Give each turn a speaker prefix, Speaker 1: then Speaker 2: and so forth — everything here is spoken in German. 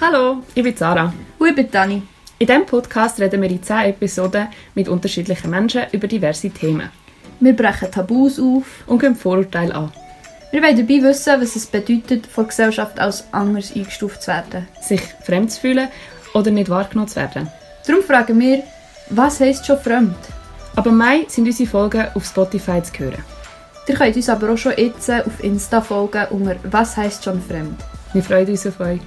Speaker 1: Hallo, ich bin Sarah.
Speaker 2: Und ich bin Dani.
Speaker 1: In diesem Podcast reden wir in 10 Episoden mit unterschiedlichen Menschen über diverse Themen
Speaker 2: Wir brechen Tabus auf.
Speaker 1: und gehen Vorurteile an.
Speaker 2: Wir wollen dabei wissen, was es bedeutet, von der Gesellschaft als anders eingestuft zu werden.
Speaker 1: Sich fremd zu fühlen oder nicht wahrgenommen zu werden.
Speaker 2: Darum fragen wir, was heisst schon fremd?
Speaker 1: Aber Mai sind unsere Folgen auf Spotify zu hören.
Speaker 2: Ihr könnt uns aber auch schon jetzt auf Insta folgen unter «Was heisst schon fremd?».
Speaker 1: Wir freuen uns auf euch.